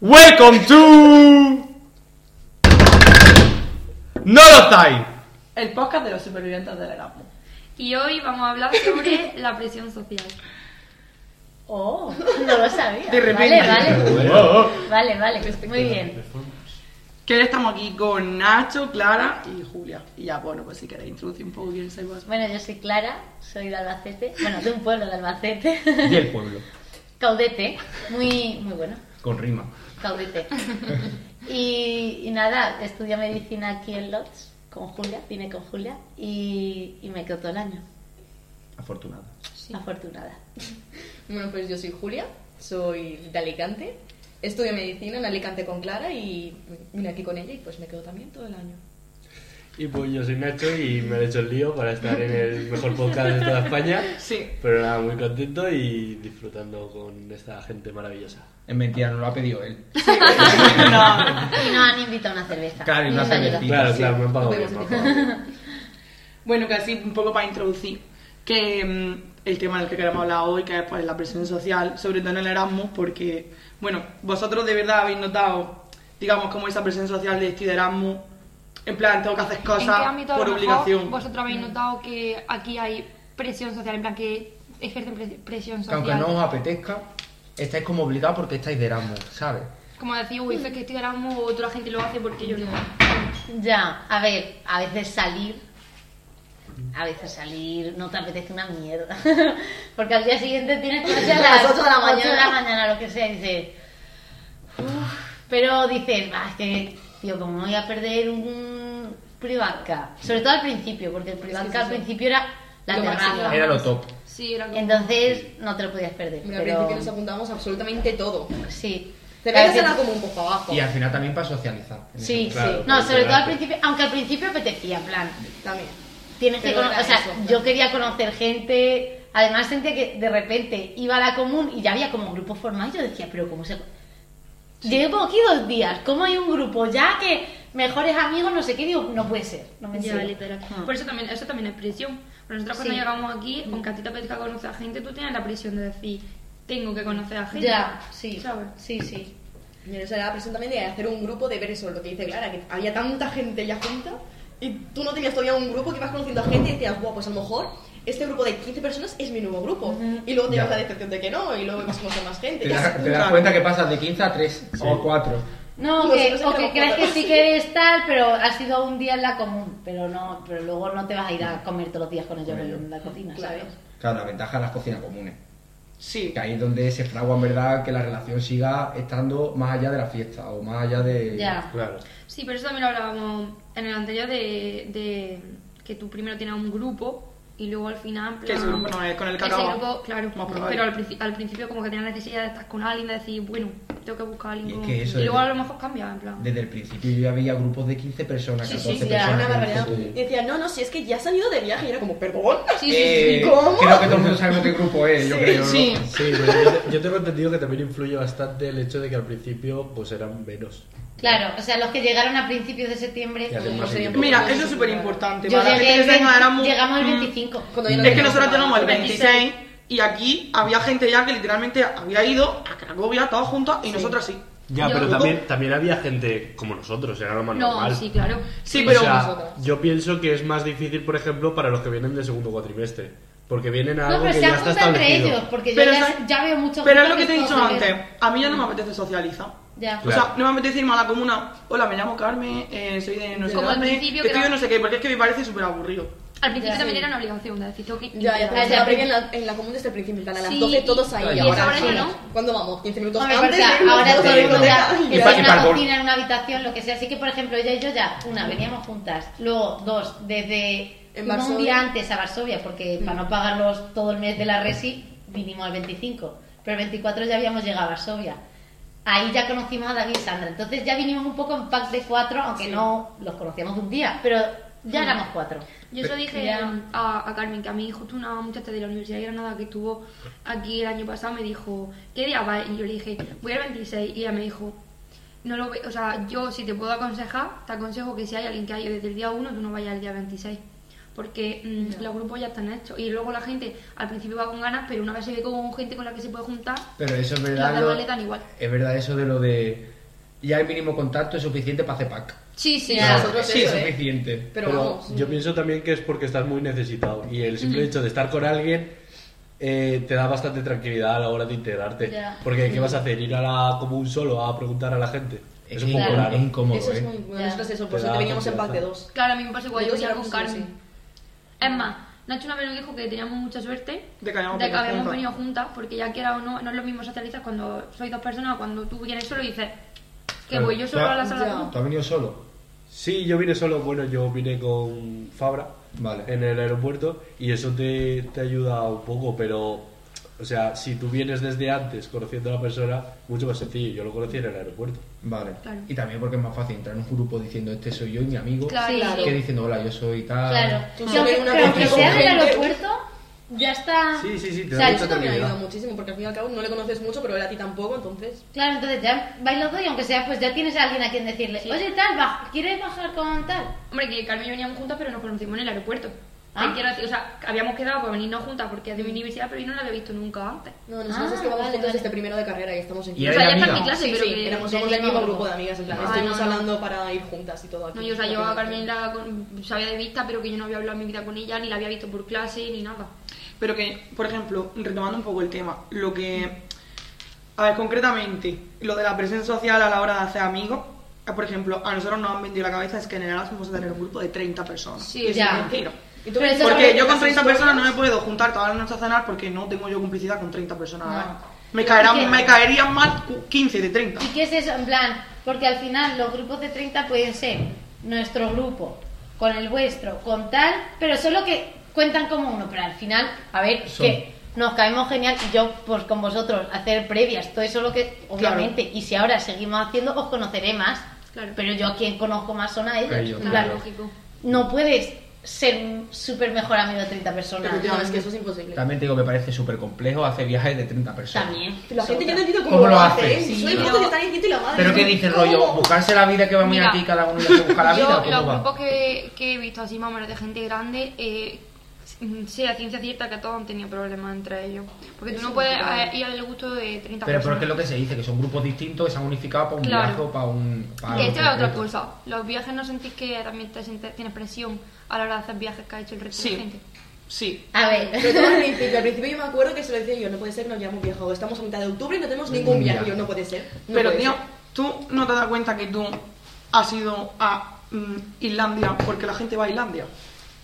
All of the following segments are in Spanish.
Welcome to. No lo estáis. El podcast de los supervivientes del Erasmus. Y hoy vamos a hablar sobre la presión social. Oh, no lo sabía. De repente. Vale, vale. Oh, oh. Vale, vale. Muy bien. Que hoy estamos aquí con Nacho, Clara y Julia. Y ya, bueno, pues si queréis introducir un poco quién sois vosotros. Bueno, yo soy Clara, soy de Albacete. Bueno, de un pueblo de Albacete. Y el pueblo. Caudete. Muy, muy bueno. Con rima. Caudete. Y, y nada, estudié medicina aquí en Lodz con Julia, vine con Julia y, y me quedo todo el año. Afortunada. Afortunada. Bueno, pues yo soy Julia, soy de Alicante, estudio medicina en Alicante con Clara y vine aquí con ella y pues me quedo también todo el año. Y pues yo soy Nacho y me he hecho el lío para estar en el mejor podcast de toda España. Sí. Pero nada, muy contento y disfrutando con esta gente maravillosa. Es mentira, no lo ha pedido él. No. Y nos han invitado a una cerveza. Claro, y una nos ayuda. cervecita. Claro, sí. claro, me han pagado Lo bien, me podemos han pagado bien. Bueno, que así un poco para introducir que mm, el tema del que queremos hablar hoy, que es pues, la presión social, sobre todo en el Erasmus, porque, bueno, vosotros de verdad habéis notado, digamos, como esa presión social de este Erasmus, en plan, tengo que hacer ¿En qué cosas ámbito a lo por mejor obligación. vosotros habéis notado que aquí hay presión social, en plan que ejercen pre- presión Que social? aunque no os apetezca, estáis como obligados porque estáis de Erasmus, ¿sabes? Como decir, uy, es que estoy Erasmus, otra gente lo hace porque yo no. Ya, a ver, a veces salir, a veces salir no te apetece una mierda, porque al día siguiente tienes que irte a las 8 de la mañana, lo que sea, y dices, "Uf", pero dices, "Bah, es que, tío, como voy a perder un privatca, sobre todo al principio, porque el privatca al principio era la Lo máximo. terraza, Era lo top. Sí, era como... entonces no te lo podías perder, Mira, al pero principio nos apuntamos absolutamente todo. sí. Cerveza Claro era que- como un poco abajo. Y al final también para socializar. en Sí, ese- sí. Claro, No, pero sobre todo al claro. principio, aunque al principio apetecía, en plan, También. Tienes que Pero cono- era o sea, eso, claro. yo quería conocer gente. Además sentía que de repente iba a la común y ya había como grupos formados. Yo decía, pero ¿cómo se...? Llevo aquí dos días. ¿Cómo hay un grupo ya que mejores amigos, no sé qué? Digo, no puede ser. No me Ya, entero". literal. Por eso también, eso también es presión. Nosotros cuando Ah. Sí. llegamos aquí, aunque a ti te apetezca conocer a gente, tú tienes la presión de decir, tengo que conocer a gente. Ya, sí. ¿Sabes? Sí, sí. Y esa era la presión también de hacer un grupo de ver eso, lo que dice Clara, que había tanta gente ya junta y tú no tenías todavía un grupo que ibas conociendo a gente y decías, wow, pues a lo mejor este grupo de 15 personas es mi nuevo grupo. Y luego tenías Ya. la decepción de que no, y luego ibas conociendo más gente. Te, que das- es te un das raro. cuenta que pasas de 15 a 3 o 4. No, Nosotros que, o éramos que crees que cuatro. sí que eres tal, pero ha sido un día en la común. Pero no, pero luego no te vas a ir a comer todos los días con ellos Con ellos. en la cocina, Claro. ¿sabes? Claro, la ventaja de las cocinas comunes. Sí. Que ahí es donde se fragua en verdad que la relación siga estando más allá de la fiesta o más allá de. Ya. Claro. Sí, pero eso también lo hablábamos en el anterior de, de que tú primero tienes un grupo y luego al final... en Que ese plan, grupo no es con el que ese acabas. grupo, claro. Más probable. Pero al, princi- al principio como que tenías necesidad de estar con alguien, de decir, bueno, tengo que buscar a alguien. Y es con- que eso luego es- a lo mejor cambia, en plan. Desde el principio yo ya veía grupos de 15 personas, Sí, 14 sí, ya, personas. Una barbaridad. entonces- Y decía, no, no, si es que ya has salido de viaje. Y era como, perdón. Sí, sí, sí. Eh, ¿Cómo? Creo que todo el mundo sabe qué grupo es, yo creo. ¿no? Sí. Sí, pero yo, te- yo tengo entendido que también influye bastante el hecho de que al principio pues eran menos. Claro, o sea, los que llegaron a principios de septiembre... Y hacen más pues, sentido. Mira, eso es súper importante. Yo Para la llegué gente el que se nos éramos- 20 llegamos el mm, 25. Cuando ya no Es que teníamos nosotros nada. tenemos el 26. 26 y aquí había gente ya que literalmente había ido a Cracovia todos juntos y nosotros sí. Ya, Yo- pero también, también había gente como nosotros, era lo más No, normal. sí, claro. Sí, O pero sea, nosotras. yo pienso que es más difícil, por ejemplo, para los que vienen del segundo cuatrimestre. Porque vienen a No, algo pero que se ya está apunta entre establecido. ellos, porque yo Pero ya, es- ya veo muchos Pero es lo grupos que te he dicho todos se antes. ven. A mí ya no me apetece socializar. Ya. Claro. O sea, no me apetece irme a la comuna. Hola, me llamo Carmen, eh, soy de no sé Como al dónde, principio que estoy de era- no sé qué, porque es que me parece súper aburrido. Al principio Ya, también sí. era una obligación de decir, tengo que... Ya, ya, ir. pero ya, se pero- en la, en la común desde el principio, en plan, a las Sí. 12 todos ahí. Y ahora ahora sí. ya no. ¿Cuándo vamos? ¿15 minutos Hombre, antes? porque de- ahora todo de- el mundo ya, de- Y pero pa- hay y una parbol. cocina, una habitación, lo que sea. Así que, por ejemplo, ella y yo ya, una, veníamos juntas. Luego, dos, desde En fuimos un Varsovia. día antes a Varsovia, porque para no pagarlos todo el mes de la resi, vinimos al 25. Pero el 24 ya habíamos llegado a Varsovia. Ahí ya conocimos a David y Sandra. Entonces ya vinimos un poco en pack de cuatro, aunque no los conocíamos de un día, pero ya Mm. éramos cuatro. Yo se lo dije Ya. a, a Carmen, que a mí justo una muchacha de la Universidad de Granada que estuvo aquí el año pasado me dijo, ¿qué día va? Y yo le dije, voy al 26. Y ella me dijo, no lo ve, o sea, yo si te puedo aconsejar, te aconsejo que si hay alguien que haya ido desde el día 1, tú no vayas al día 26. porque mm, los grupos ya están hechos. Y luego la gente al principio va con ganas, pero una vez se ve con gente con la que se puede juntar, Pero eso es las verdad. demás lo- le dan igual. Es verdad eso de lo de. Ya el mínimo contacto es suficiente para hacer pack. Sí, sí, Ya. sí. nosotros sí, eso, es ¿eh? suficiente. Pero vamos. Yo pienso también que es porque estás muy necesitado y el simple hecho de estar con alguien eh, te da bastante tranquilidad a la hora de integrarte. Ya. Porque ¿qué vas a hacer? ¿Ir a la común solo a preguntar a la gente? Es, Es un poco incómodo, raro. es incómodo, Eso es ¿eh? muy bueno. Ya. Nosotros eso, Te por da suerte veníamos en pack de confianza. dos. Claro, a mí me pasa igual, Yo yo creo que venía sí, con Carmen. sí. Es más, Nacho una vez nos dijo que teníamos mucha suerte De que habíamos venido habíamos juntas. venido juntas, porque ya quiera o no, no es lo mismo socializar cuando sois dos personas o cuando tú vienes solo y dices que Claro, voy yo solo ya. a la sala. Ya. tú. ¿Tú has venido solo? Sí, yo vine solo, bueno, yo vine con Fabra Vale. en el aeropuerto y eso te, te ayuda un poco, pero, o sea, si tú vienes desde antes conociendo a la persona, mucho más sencillo. Yo lo conocí en el aeropuerto. Vale. Claro. Y también porque es más fácil entrar en un grupo diciendo este soy yo y mi amigo Claro, Sí, claro. que diciendo hola, yo soy Ah. tal. Claro. Tú Y solo aunque, una pero aunque sea conversación del con gente. aeropuerto, ya está. Sí, sí, sí, te O da sea, mucha Eso también ayuda tranquilidad. muchísimo, porque al fin y al cabo no le conoces mucho, pero él a ti tampoco, entonces... Claro, entonces ya vais los dos y aunque sea, pues ya tienes a alguien a quien decirle, oye, tal, baj- ¿quieres bajar con tal? Hombre, que Carmen y yo veníamos juntas, pero nos conocimos en el aeropuerto. Ah. Ahí quiero decir, o sea, habíamos quedado para venirnos juntas porque es de mi universidad, pero yo no la había visto nunca antes. No, nosotros Ah, estamos vale, juntos vale. desde primero de carrera y estamos en Y o era sea, ya está en amiga. mi clase, Sí, pero sí, que éramos del somos del mismo mismo grupo grupo. de amigas, en plan, Ah, estuvimos no, no. hablando para ir juntas y todo aquí. No, yo, o sea, yo a Carmen la con- sabía de vista, pero que yo no había hablado en mi vida con ella, ni la había visto por clase, ni nada. Pero que, por ejemplo, retomando un poco el tema, lo que. A ver, concretamente, lo de la presión social a la hora de hacer amigos. eh, Por ejemplo, a nosotros nos han vendido la cabeza es que en Erasmus vamos a tener un grupo de 30 personas. Sí, Eso ya. es mentira. Y Pero tú piensas eso- Porque que yo con las 30 personas no me historias- puedo juntar toda la noche a cenar porque no tengo yo complicidad con 30 personas. No. ¿eh? Me, caerán, Porque- me caerían mal cu- 15 de 30. ¿Y qué es eso? En plan, porque al final los grupos de 30 pueden ser nuestro grupo, con el vuestro, con tal, pero solo que cuentan como uno, pero al final, a ver, Son. que nos caemos genial y yo pues con vosotros hacer previas, todo eso lo que obviamente, y si ahora seguimos haciendo os conoceré más, Claro. pero yo a quien conozco más son a ellos, A ellos, en plan, Claro, claro. lógico. no puedes ser un súper mejor amigo de 30 personas. No, es que eso es imposible. También te digo, me parece súper complejo hacer viajes de 30 personas. También. La gente Otra. yo no entiendo cómo, ¿Cómo lo hace, hace? ¿eh? Sí, Soy no. hijo de estar diciendo y la madre. Pero qué dice el rollo, ¿Cómo? buscarse la vida que va a mirar Mira. aquí cada uno se busca la vida. o Yo, cómo los va? grupos que, que he visto así más o menos de gente grande, eh, sí, a ciencia cierta que todos han tenido problemas entre ellos. Porque tú no puedes eh, ir al gusto de 30 Pero, pero es personas. que es lo que se dice, que son grupos distintos que se han unificado para un Claro. viaje o para un... Para Que algo esto es otra concreto. cosa. Los viajes no sentís que también te sientes- tienes presión a la hora de hacer viajes que ha hecho el resto de Sí. gente. Sí. A ver, Sobre todo al principio, al principio yo me acuerdo que se lo decía yo, no puede ser que no hayamos viajado, estamos a mitad de octubre y no tenemos ningún Ya. viaje, yo no puede ser. No Pero, puede tío, ser. tú no te das cuenta que tú has ido a mm, Islandia porque la gente va a Islandia.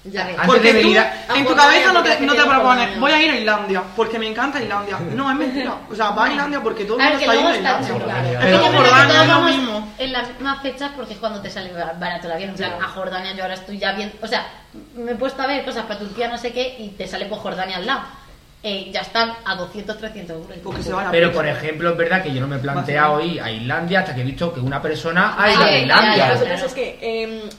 ya. Antes Porque de tú, ir a- en tu Aunque cabeza vaya, no te, porque no te tiene propones, cojones. voy a ir a Islandia, porque me encanta Islandia. No, es mentira. O sea, va a Islandia porque todo el A mundo ver, que está luego yendo a está Islandia. chulo. Claro. Es que Es yo como creo que Jordania, todos es lo vamos mismo. En las mismas fechas porque es cuando te sale bar- barato el avión. O sea, a Jordania yo ahora estoy ya bien. O sea, me he puesto a ver cosas para Turquía, no sé qué, y te sale por Jordania al lado. Eh, ya están a 200, 300 euros. Porque Pues se va la Pero prensa. por ejemplo, es verdad que yo no me he planteado ir a Islandia hasta que he visto que una persona ha ido Ah, a ya, Islandia. Lo que claro. pasa es que eh,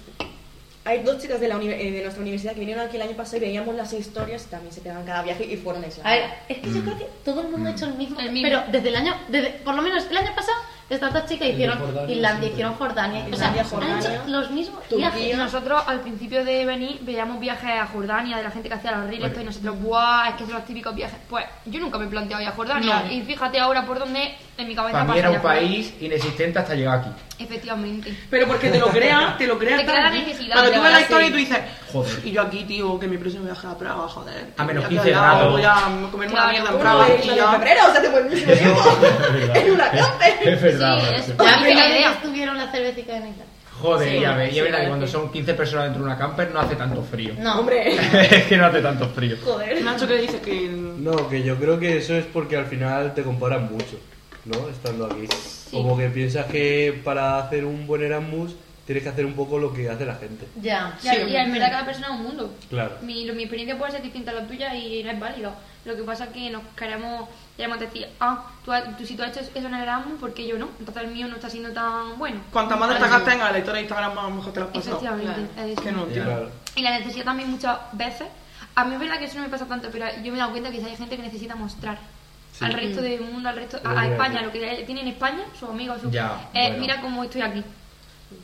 hay dos chicas de, la uni- eh, de nuestra universidad que vinieron aquí el año pasado y veíamos las historias, también se pegaban cada viaje y fueron a A Islandia. ver, es que yo creo que todo el mundo ha hecho el mismo. El mismo. Pero desde el año, desde, por lo menos el año pasado, estas dos chicas hicieron Jordania Islandia, siempre. hicieron Jordania. O sea, Islandia, han Jordania, hecho los mismos Turquía. viajes. Y nosotros al principio de venir veíamos viajes a Jordania de la gente que hacía los reels Vale. esto, y nosotros, ¡buah! Es que son los típicos viajes. Pues yo nunca me he planteado ir a Jordania No. y fíjate ahora por dónde en mi cabeza Para mí pasa era ya un Jordania. país inexistente hasta llegar aquí. Efectivamente. Pero porque te lo creas, te lo creas. Te crea la tanto. necesidad Cuando de tú ves la ahora historia sí. y tú dices, Joder. y yo aquí, tío, que mi próximo viaje a Praga, joder. A menos voy 15 quedar, grados. Voy a comerme una Claro, mierda en ¿Cómo Praga fue y Islandia en ya. febrero? O sea, te fue el mismo tiempo. en una cárcel. Es Sí, verdad. vale. es- Ya, Ni pero idea. ellas tuvieron la cervecita en Islandia. Joder, Sí, ya ves, y sí, es verdad la que cuando verdad. son 15 personas dentro de una camper no hace tanto frío. No. Hombre, es que no hace tanto frío. joder. Nacho, ¿qué le dices? Que No, que yo creo que eso es porque al final te comparan mucho, ¿no? Estando aquí. Como que piensas que para hacer un buen Erasmus tienes que hacer un poco lo que hace la gente. Ya. Y, y en verdad cada persona es un mundo. Claro. Mi, lo- mi experiencia puede ser distinta a la tuya y no es válido. Lo que pasa es que nos queremos, queremos decir, ah, tú, ha- tú si tú has hecho eso en el Erasmus, ¿por qué yo no? Entonces el mío no está siendo tan bueno. cuantas más destacadas tengas la historia de Instagram, más mejor te las pasas. Efectivamente. es Que no, tío. Claro. Y la necesidad también muchas veces. A mí es verdad que eso no me pasa tanto, pero yo me he dado cuenta que hay gente que necesita mostrar Sí. al resto del mundo, al resto, a, Lo a que- España, lo que tiene en España, sus amigos, sus... Ya, eh, bueno. mira cómo estoy aquí.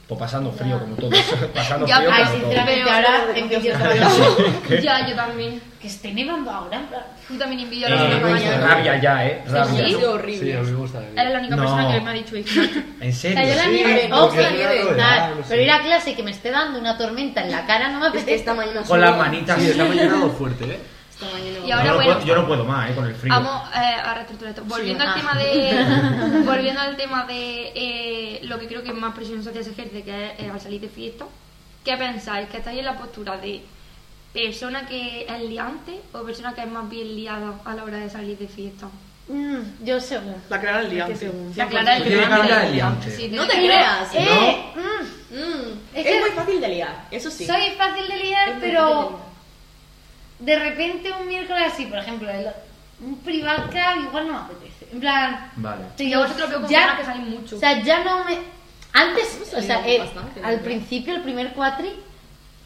Pues pasando frío, como todos. Ah, pasando Ya, frío, ay, como todos. sinceramente, Pero- ahora envidio Ya, yo también. Que esté nevando ahora, en plan, Tú también envidia a Eh, los de mañana. rabia ya, eh. Rabia. Ha ¿Sí? sido Sí, horrible. a mí me gusta. Eres la única No. persona que me ha dicho eso. ¿En O serio? sea, yo la Sí, nieve, porque ojo, la no nieve, lo tal, verás, no pero sé. ir a clase que me esté dando una tormenta en la cara no me Es que apetece. esta mañana ha Con sido- las manitas. Sí, está mañana fuerte, ¿eh? Esta mañana. Y ahora yo, no bueno. puedo, yo no puedo más, eh, con el frío. Vamos eh, a reestructurar esto. Volviendo ah. al tema de. volviendo al tema de eh, lo que creo que más presión social se ejerce, que es eh, al salir de fiesta. ¿Qué pensáis? ¿Que estáis en la postura de persona que es liante o persona que es más bien liada a la hora de salir de fiesta? Mm, yo seguro. La clara del liante. La Clara Yo del creo que liante. habla del liante. Sí, No tiene te que- creas. Eh, No. mm, Mm, Es Es, que- muy fácil de liar, eso sí. soy fácil de Es lidiar, muy fácil de pero liar. de repente un miércoles así, por ejemplo, el- un privado club igual no me apetece. En plan, Vale. te Y digo, yo vosotros veo como ya- personas que salen mucho. O sea, ya no me. Antes, Hemos o sea, salido eh, bastante, al ¿no? principio, el primer cuatri,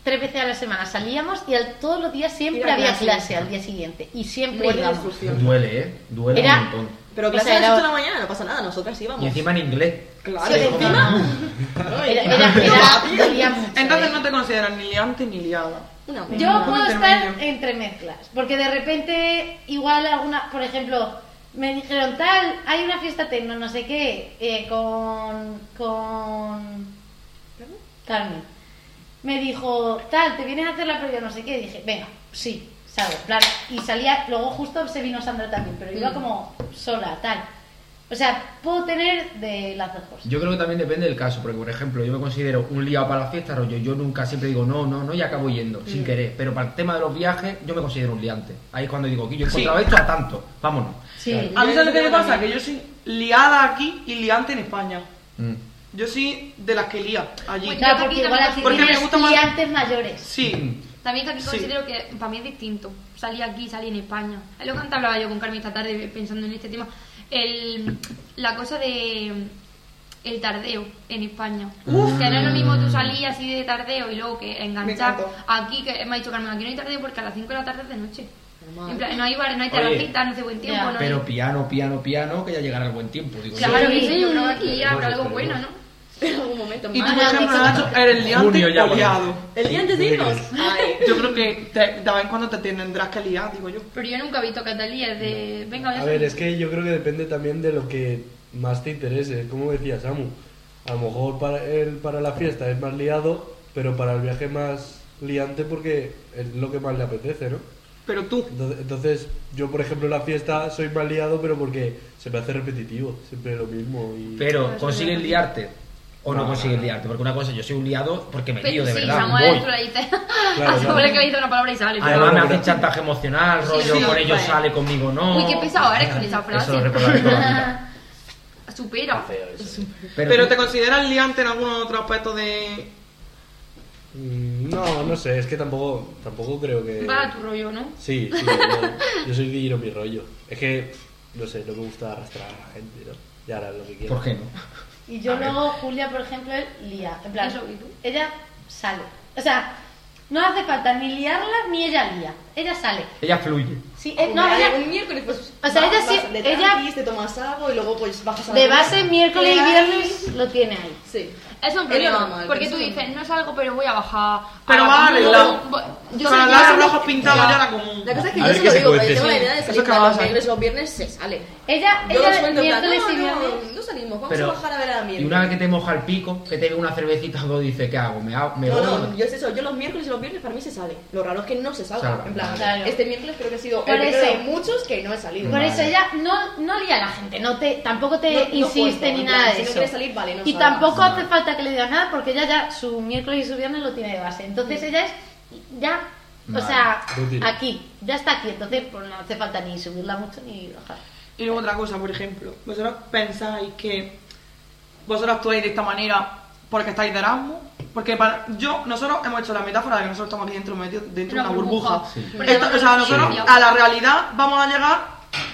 tres veces a la semana salíamos y al, todos los días siempre Era había clase. clase. al día siguiente. Y siempre Muerte de íbamos. destrucción. Duele, eh. Duele Era- un montón. Pero O clase sea, a las era- 8 de la mañana no pasa nada, nosotras íbamos. Y encima en inglés. Claro, Sí, y encima. Ay, Era, era, era- dolía mucho, Entonces eh. no te consideran ni liante ni liada. Una Yo mierda. puedo intermedio. estar entre mezclas, porque de repente, igual alguna, por ejemplo, me dijeron tal, hay una fiesta tecno, no sé qué, eh, con. con. Carmen. Me dijo, tal, te vienes a hacer la previa, no sé qué, y dije, venga, sí, salgo, en plan, y salía, luego justo se vino Sandra también, pero iba como sola, tal. O sea, puedo tener de las dos cosas. Yo creo que también depende del caso, porque por ejemplo, yo me considero un liado para la fiesta, rollo. Yo nunca siempre digo no, no, no y acabo yendo, Mm. sin querer. Pero para el tema de los viajes, yo me considero un liante. Ahí es cuando digo, que yo he Sí. encontrado esto a tanto, vámonos. Sí. A mí Yo sabes lo que me creo pasa, también. que yo soy liada aquí y liante en España. Mm. Yo soy de las que lía allí. Bueno, No, porque igual aquí Porque me tienes gusta más- clientes mayores. Sí, También que aquí Sí. considero que para mí es distinto. Salí aquí, salí en España. Es lo que antes hablaba yo con Carmen esta tarde pensando en este tema. El, la cosa de el tardeo en España. Que no es lo mismo tú salir así de tardeo y luego que enganchar encantó. aquí, que me ha dicho Carmen, aquí no hay tardeo porque a las 5 de la tarde es de noche. Normal. En plan, no hay bares, no hay Oye. terracitas, no hace buen tiempo, Ya. no hay... Pero piano, piano, piano, que ya llegará el buen tiempo. Digo, yo. Claro que Sí. sí, yo creo que aquí habrá algo Esperemos. bueno, ¿no? En algún momento. y tú, más. por ejemplo, Nacho, eres Junio liante ya, o bueno. liado. El día antes de irnos. Ay. Yo creo que te- de vez en cuando te tendrás que liar, digo yo. Pero yo nunca he visto Catalía de... Venga, voy A salir. ver, es que yo creo que depende también de lo que más te interese, como decía Samu. A lo mejor para, él, para la fiesta es más liado, pero para el viaje más liante porque es lo que más le apetece, ¿no? Pero tú, Entonces, entonces, yo por ejemplo en la fiesta soy más liado, pero porque se me hace repetitivo, siempre lo mismo. Y... Pero, ¿consigues liarte? ¿O no, No, consigues no, no. liarte? Porque una cosa, yo soy un liado porque me lío, Pero de sí, verdad. Samuel, voy. tú le dices... Claro, a Samuel claro. que le dice una palabra y sale. pero- no, Además me pero- hacen chantaje emocional, rollo, sí, con ellos vale. sale, conmigo no. Uy, qué pesado eres con esa frase. Eso lo recordaré toda la vida. Supera. pero, te consideras liante en algún otro aspecto de... Mm, No, no sé, es que tampoco, tampoco creo que... Va a tu rollo, ¿no? Sí, sí, yo, yo soy de ir a mi rollo. Es que, no sé, no me gusta arrastrar a la gente, ¿no? Ya harán lo que quieran. ¿Por qué no? Y yo luego, Julia, por ejemplo, lía. En plan, Eso, ¿y tú? ella sale. O sea, no hace falta ni liarla ni ella lía. Ella sale. Ella fluye. Sí, eh, no, ella- un miércoles, pues. O sea, ella vas- sí- vas de ella- tranquis, te tomas algo y luego pues bajas a la de plaza. base, miércoles y Ay. viernes lo tiene ahí. Sí. Es un Es lo problema. normal, Porque eso tú es lo dices, normal. no salgo, pero voy a bajar. Pero a- va arreglado. Voy- Yo Con soy- las yo soy- rojas pintadas ya la común. La cosa es que A yo ver se qué lo digo, por el secuencias. tema de la edad de Eso salir que vas a claro, hacer. miércoles los viernes se sale. Ella, Yo lo ella suelto, en plan, miércoles no, y no, viernes. no salimos, vamos Pero- a bajar a ver a la mierda. Y una vez que te moja el pico, que te ve una cervecita o dos, dice, ¿qué hago? ¿Me, hago, me No, voy? no, yo es eso, yo los miércoles y los viernes para mí se sale. Lo raro es que no se salga. Salga, en plan, claro. este miércoles creo que ha sido Por el primero eso. de muchos que no he salido. Por Vale. eso ella no, no lía a la gente, no te, tampoco te No- no insiste fuerza, ni en nada plan, de si no eso. quieres salir, vale, no y salgas. tampoco Vale. hace falta que le digas nada porque ella ya su miércoles y su viernes lo tiene de base. Entonces ella es ya, Vale. o sea, Útil. aquí, ya está aquí. Entonces pues, no hace falta ni subirla mucho ni bajar. Y luego otra cosa, por ejemplo, vosotros pensáis que vosotros actuáis de esta manera porque estáis de Erasmus, porque para, yo, nosotros hemos hecho la metáfora de que nosotros estamos aquí dentro, medio- dentro de Una una burbuja. burbuja. Sí. Esto- o sea, nosotros Sí. a la realidad vamos a llegar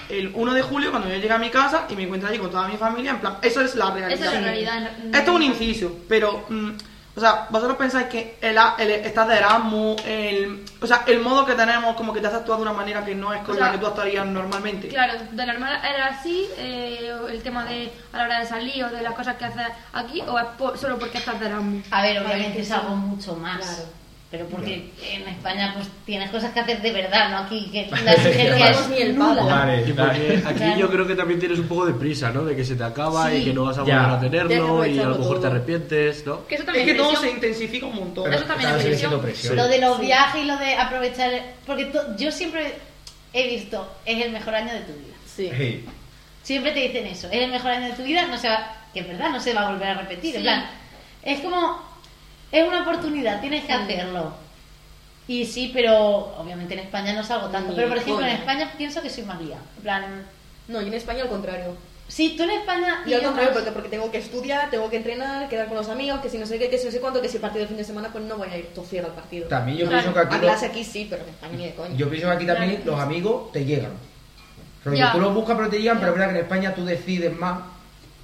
el 1 de julio cuando yo llegue a mi casa y me encuentro allí con toda mi familia, en plan, eso es la realidad. Esa es la realidad. Esto es un inciso, pero mm, O sea, vosotros pensáis que el, a- el estás de Erasmus, el, o sea, el modo que tenemos, como que te has actuado de una manera que no es con O sea, la que tú actuarías normalmente. Claro, de normal era así, eh, el tema de a la hora de salir o de las cosas que haces aquí, o es po- solo porque estás de Erasmus. A ver, Vale, obviamente que es sí. algo mucho más. Claro. Pero porque en España pues tienes cosas que hacer de verdad, ¿no? Aquí que la exigencia vamos es ni el nula. palo. Y Vale, porque vale. aquí Claro. yo creo que también tienes un poco de prisa, ¿no? De que se te acaba y Sí. que no vas a volver Ya. Tienes a que tenerlo y a aprovecharlo lo mejor te todo. arrepientes, ¿no? Que eso Es también que es todo se presión. intensifica un montón. Pero Eso también claro, es sigue presión. siendo presión. Lo de los viajes y lo de aprovechar. Porque to- yo siempre he visto, es el mejor año de tu vida. Sí. Sí. Siempre te dicen eso, es el mejor año de tu vida, no se va, que es verdad, no se va a volver a repetir. En plan, es como, es una oportunidad, tienes que hacerlo. Y sí, pero obviamente en España no salgo tanto. Ni Pero por ejemplo, en coña. España pienso que soy más guía. En plan, No, yo en España al contrario. sí, tú en España. Y al contrario, más. porque, porque tengo que estudiar, tengo que entrenar, quedar con los amigos, que si no sé qué, que si no sé cuánto, que si el partido del fin de semana, pues no voy a ir tociera al partido. También yo Claro. pienso que aquí A lo- clase aquí sí, pero en España ni de coño. Yo pienso que aquí también Claro. los amigos te llegan. Rollo, Ya. Tú los buscas pero te llegan, pero es verdad que en España tú decides más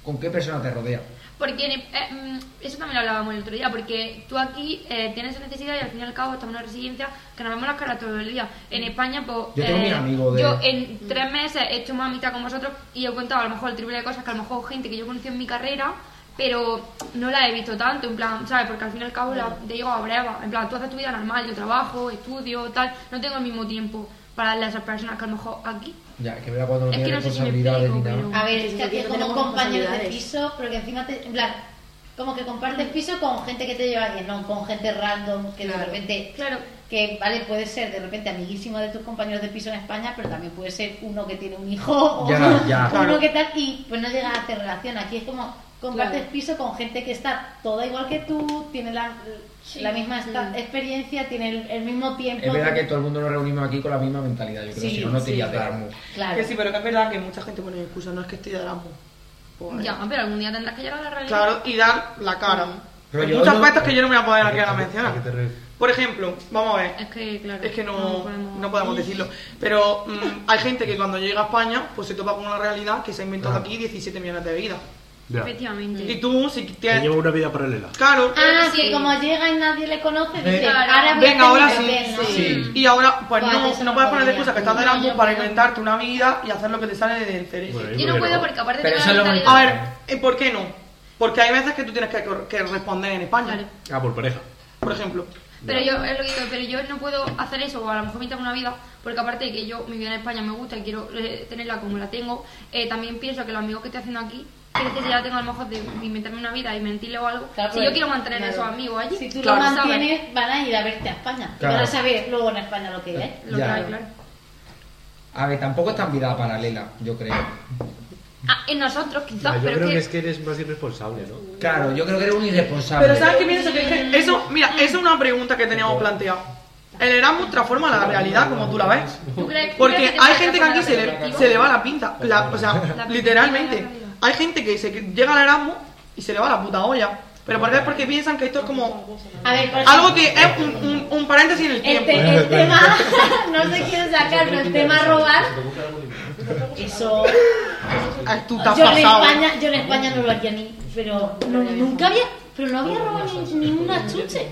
con qué persona te rodea. Porque en- eh, mm, eso también lo hablábamos el otro día, porque tú aquí eh, tienes esa necesidad y al fin y al cabo estamos en una residencia que nos vemos las caras todo el día. En España, pues. Yo tengo mis amigos de- Yo en tres meses he hecho más amistad con vosotros y he contado a lo mejor el triple de cosas que a lo mejor gente que yo conocí en mi carrera, pero no la he visto tanto, en plan, ¿sabes? Porque al fin y al cabo la, te llego a breva. En plan, tú haces tu vida normal, yo trabajo, estudio, tal. No tengo el mismo tiempo para darle a esas personas que a lo mejor aquí. Ya, es que verdad cuando no Es que tienes no sé si me responsabilidades ni explico, nada. A ver, es Sí, que aquí es no como tenemos compañeros de responsabilidades. piso, pero que encima te. En plan, como que compartes piso con gente que te lleva bien, no con gente random que de Claro. repente. Claro. Que vale, puede ser de repente amiguísimo de tus compañeros de piso en España, pero también puede ser uno que tiene un hijo o Ya, ya. uno Claro. que tal, y pues no llegas a hacer relación. Aquí es como compartes Claro. piso con gente que está toda igual que tú, tiene la, la misma esta- Mm. experiencia, tiene el, el mismo tiempo. Es verdad que todo el mundo nos reunimos aquí con la misma mentalidad, yo creo, Sí, si no, no te sí, irías de claro. Erasmus. Claro. Que sí, pero que es verdad que mucha gente pone excusa, no es que estoy de Erasmus. Pues, Ya, pero algún día tendrás que llegar a la realidad. Claro, y dar la cara. Pero Hay yo muchos no- aspectos que yo no me voy a poder aquí ¿A ahora qué- mencionar. a qué te refieres? Por ejemplo, vamos a ver. Es que, claro. Es que no, no podemos podemos decirlo. Pero mm, hay gente que cuando llega a España, pues se topa con una realidad que se ha inventado Claro. aquí 17 millones de vidas. Ya. Efectivamente. Y tú, si Que lleva tienes. una vida paralela. Claro. Ah, Sí. que como llega y nadie le conoce, dice, Claro. ahora voy a Venga, ahora hacer mi sí, papel, ¿no? sí. Y ahora, pues Pues no, eso no no puedes poner de podría. excusa que estás de No, Erasmus yo para puedo. inventarte una vida y hacer lo que te sale del cerebro. Bueno, Yo no puedo porque aparte Pero tengo la eso es lo mentalidad- A ver, ¿eh, ¿por qué no? Porque hay veces que tú tienes que, cor- que responder en España, Claro. Ah, por pareja. por ejemplo. Pero Ya. yo, es lo que digo, pero yo no puedo hacer eso, o a lo mejor me tengo una vida, porque aparte de que yo mi vida en España me gusta y quiero eh, tenerla como la tengo, eh, también pienso que los amigos que estoy haciendo aquí, que necesidad tengo a lo mejor de inventarme una vida y mentirle o algo, Claro, si pero- yo quiero mantener claro. esos amigos allí, Si tú Claro. lo ¿sabes? mantienes, van a ir a verte a España. Claro. Van a saber luego en España lo que es. Lo Ya. que hay, claro. A ver, tampoco es tan vida paralela, yo creo. Ah, en nosotros quizás, Ya, yo pero creo que es que eres más irresponsable, ¿no? Claro, yo creo que eres un Ah, irresponsable. Pero ¿sabes qué pienso? Que es que eso, mira, Mm. esa es una pregunta que teníamos planteado. El Erasmus transforma la realidad como tú la ves. ¿tú crees- tú crees Porque te hay puedes gente que transformar aquí la se le, perspectiva? se le va la pinta. la- o sea, perspectiva de literalmente. la realidad. Hay gente que se llega al Erasmus y se le va la puta olla. Pero por qué? porque piensan que esto es como A ver, por algo ejemplo, que es un, un- un paréntesis en el El, Este, tiempo. te- el tema, no sé quién sacarlo, el tema robar. Eso. Ah, Tú estás Yo en, pasado. España, yo en España no lo haría ni. Pero no- nunca había. Pero no había robado ni, ni una chuche.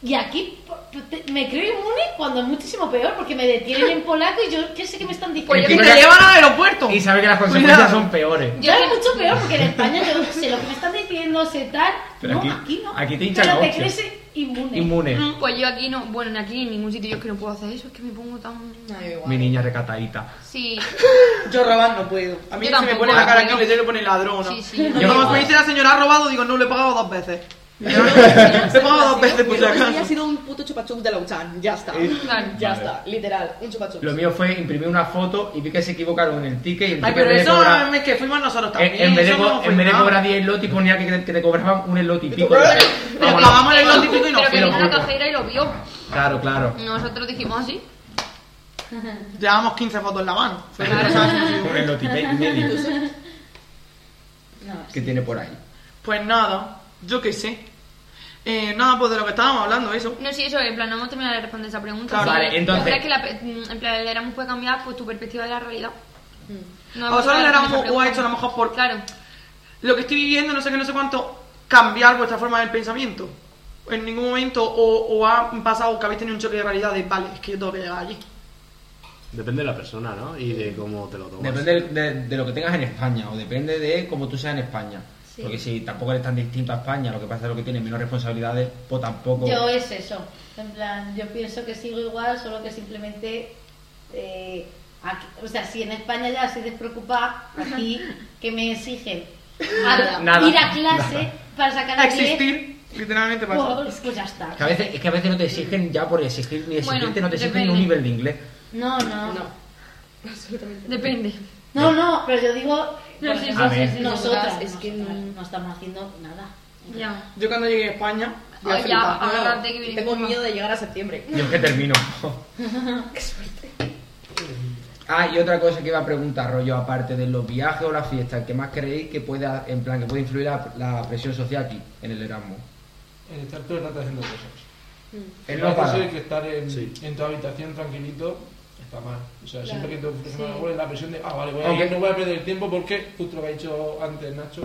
Y aquí por- te- me creo inmune cuando es muchísimo peor, porque me detienen en polaco y yo qué sé que me están Y diciendo. Pues te llevan al aeropuerto. Y sabes que las consecuencias Cuidado. son peores. Yo es mucho peor porque en España yo sé lo que me están diciendo, sé tal. Pero no, aquí- aquí, no. aquí te hinchan Pero la te hostia. crees inmune. Inmune. Mm, Pues yo aquí no, bueno, ni aquí ni en ningún sitio, yo es que no puedo hacer eso, es que me pongo tan... No, yo igual. Mi niña recatadita. Sí, Yo robar no puedo. A mí se me Yo tampoco, pone la cara aquí bueno. y le pone ladrona. sí, sí. Yo- Yo como me dice la señora ha robado, digo, no, le he pagado dos veces. Le he pagado dos veces por si Yo lo que sí ha acaso. sido un puto chupachup de la Uchan, ya está. Claro. Ya Vale. está, literal, un chupachup. Lo mío fue imprimir una foto y vi que se equivocaron en el ticket y el Ay, ticket pero en vez de eso cobrar- es que fuimos nosotros en- también. en vez de eso no co- fue en vez de nada. cobrar 10 lotis ponía que, que te cobraban un eloti y pico. Pero Vámonos. pagamos el lote y no Pero que fui, lo fuimos. vino la juro. cajera y lo vio. Claro, claro. Nosotros dijimos "Ah, así. Llevábamos 15 fotos en la mano. Fue una Claro. cosa así. Un eloti y medio No, que tiene por ahí. Pues nada, yo qué sé. Eh, nada, pues de lo que estábamos hablando, eso. No, sí, eso, en plan, no hemos terminado de responder esa pregunta. Claro. Sí. Vale, entonces- ¿Tú crees que la, pe- mm, en plan, el Erasmus puede cambiar pues, tu perspectiva de la realidad? No A hemos vosotros el terminado pues de Erasmus os responder esa ha pregunta. hecho a lo mejor por Claro, lo que estoy viviendo, no sé qué, no sé cuánto. cambiar vuestra forma de pensamiento. En ningún momento o, o ha pasado que habéis tenido un choque de realidad de, vale, es que yo tengo que llegar allí. Depende de la persona, ¿no? Y de cómo te lo tomas. Depende del- de, de lo que tengas en España o depende de cómo tú seas en España. Sí. Porque si tampoco eres tan distinto a España, lo que pasa es lo que tienes menos responsabilidades, pues tampoco. Yo es eso. En plan, yo pienso que sigo igual, solo que simplemente. eh, aquí- o sea, si en España ya soy despreocupada, aquí que me exigen a- Nada. ir a clase para sacar A a 10, existir, literalmente pasa. pues, pues ya está. Que a veces, es que a veces no te exigen ya por exigir ni Bueno, exigirte, no te exigen ni un depende. nivel de inglés. No, no, no. No. Absolutamente. Depende. No, pero yo digo. No, por sí, ejemplo, sí, sí, sí, nosotras, es que no- nosotras no estamos haciendo nada. Ya. Yo cuando llegué a España, voy a Ay, flipar. ya, agárrate que viene. Tengo miedo de llegar a septiembre. Y es que termino. Ah, y otra cosa que iba a preguntar, rollo, aparte de los viajes o las fiestas, ¿qué más creéis que pueda, en plan, que puede influir la, la presión social aquí, en el Erasmus? El estar todo el rato haciendo cosas. Él Lo no que para. hace es que estar en, Sí. en tu habitación tranquilito está mal. O sea, siempre que te ofrecen Sí. algo es la presión de, ah, vale, voy Aunque- a ir, no voy a perder el tiempo porque justo lo que ha dicho antes Nacho,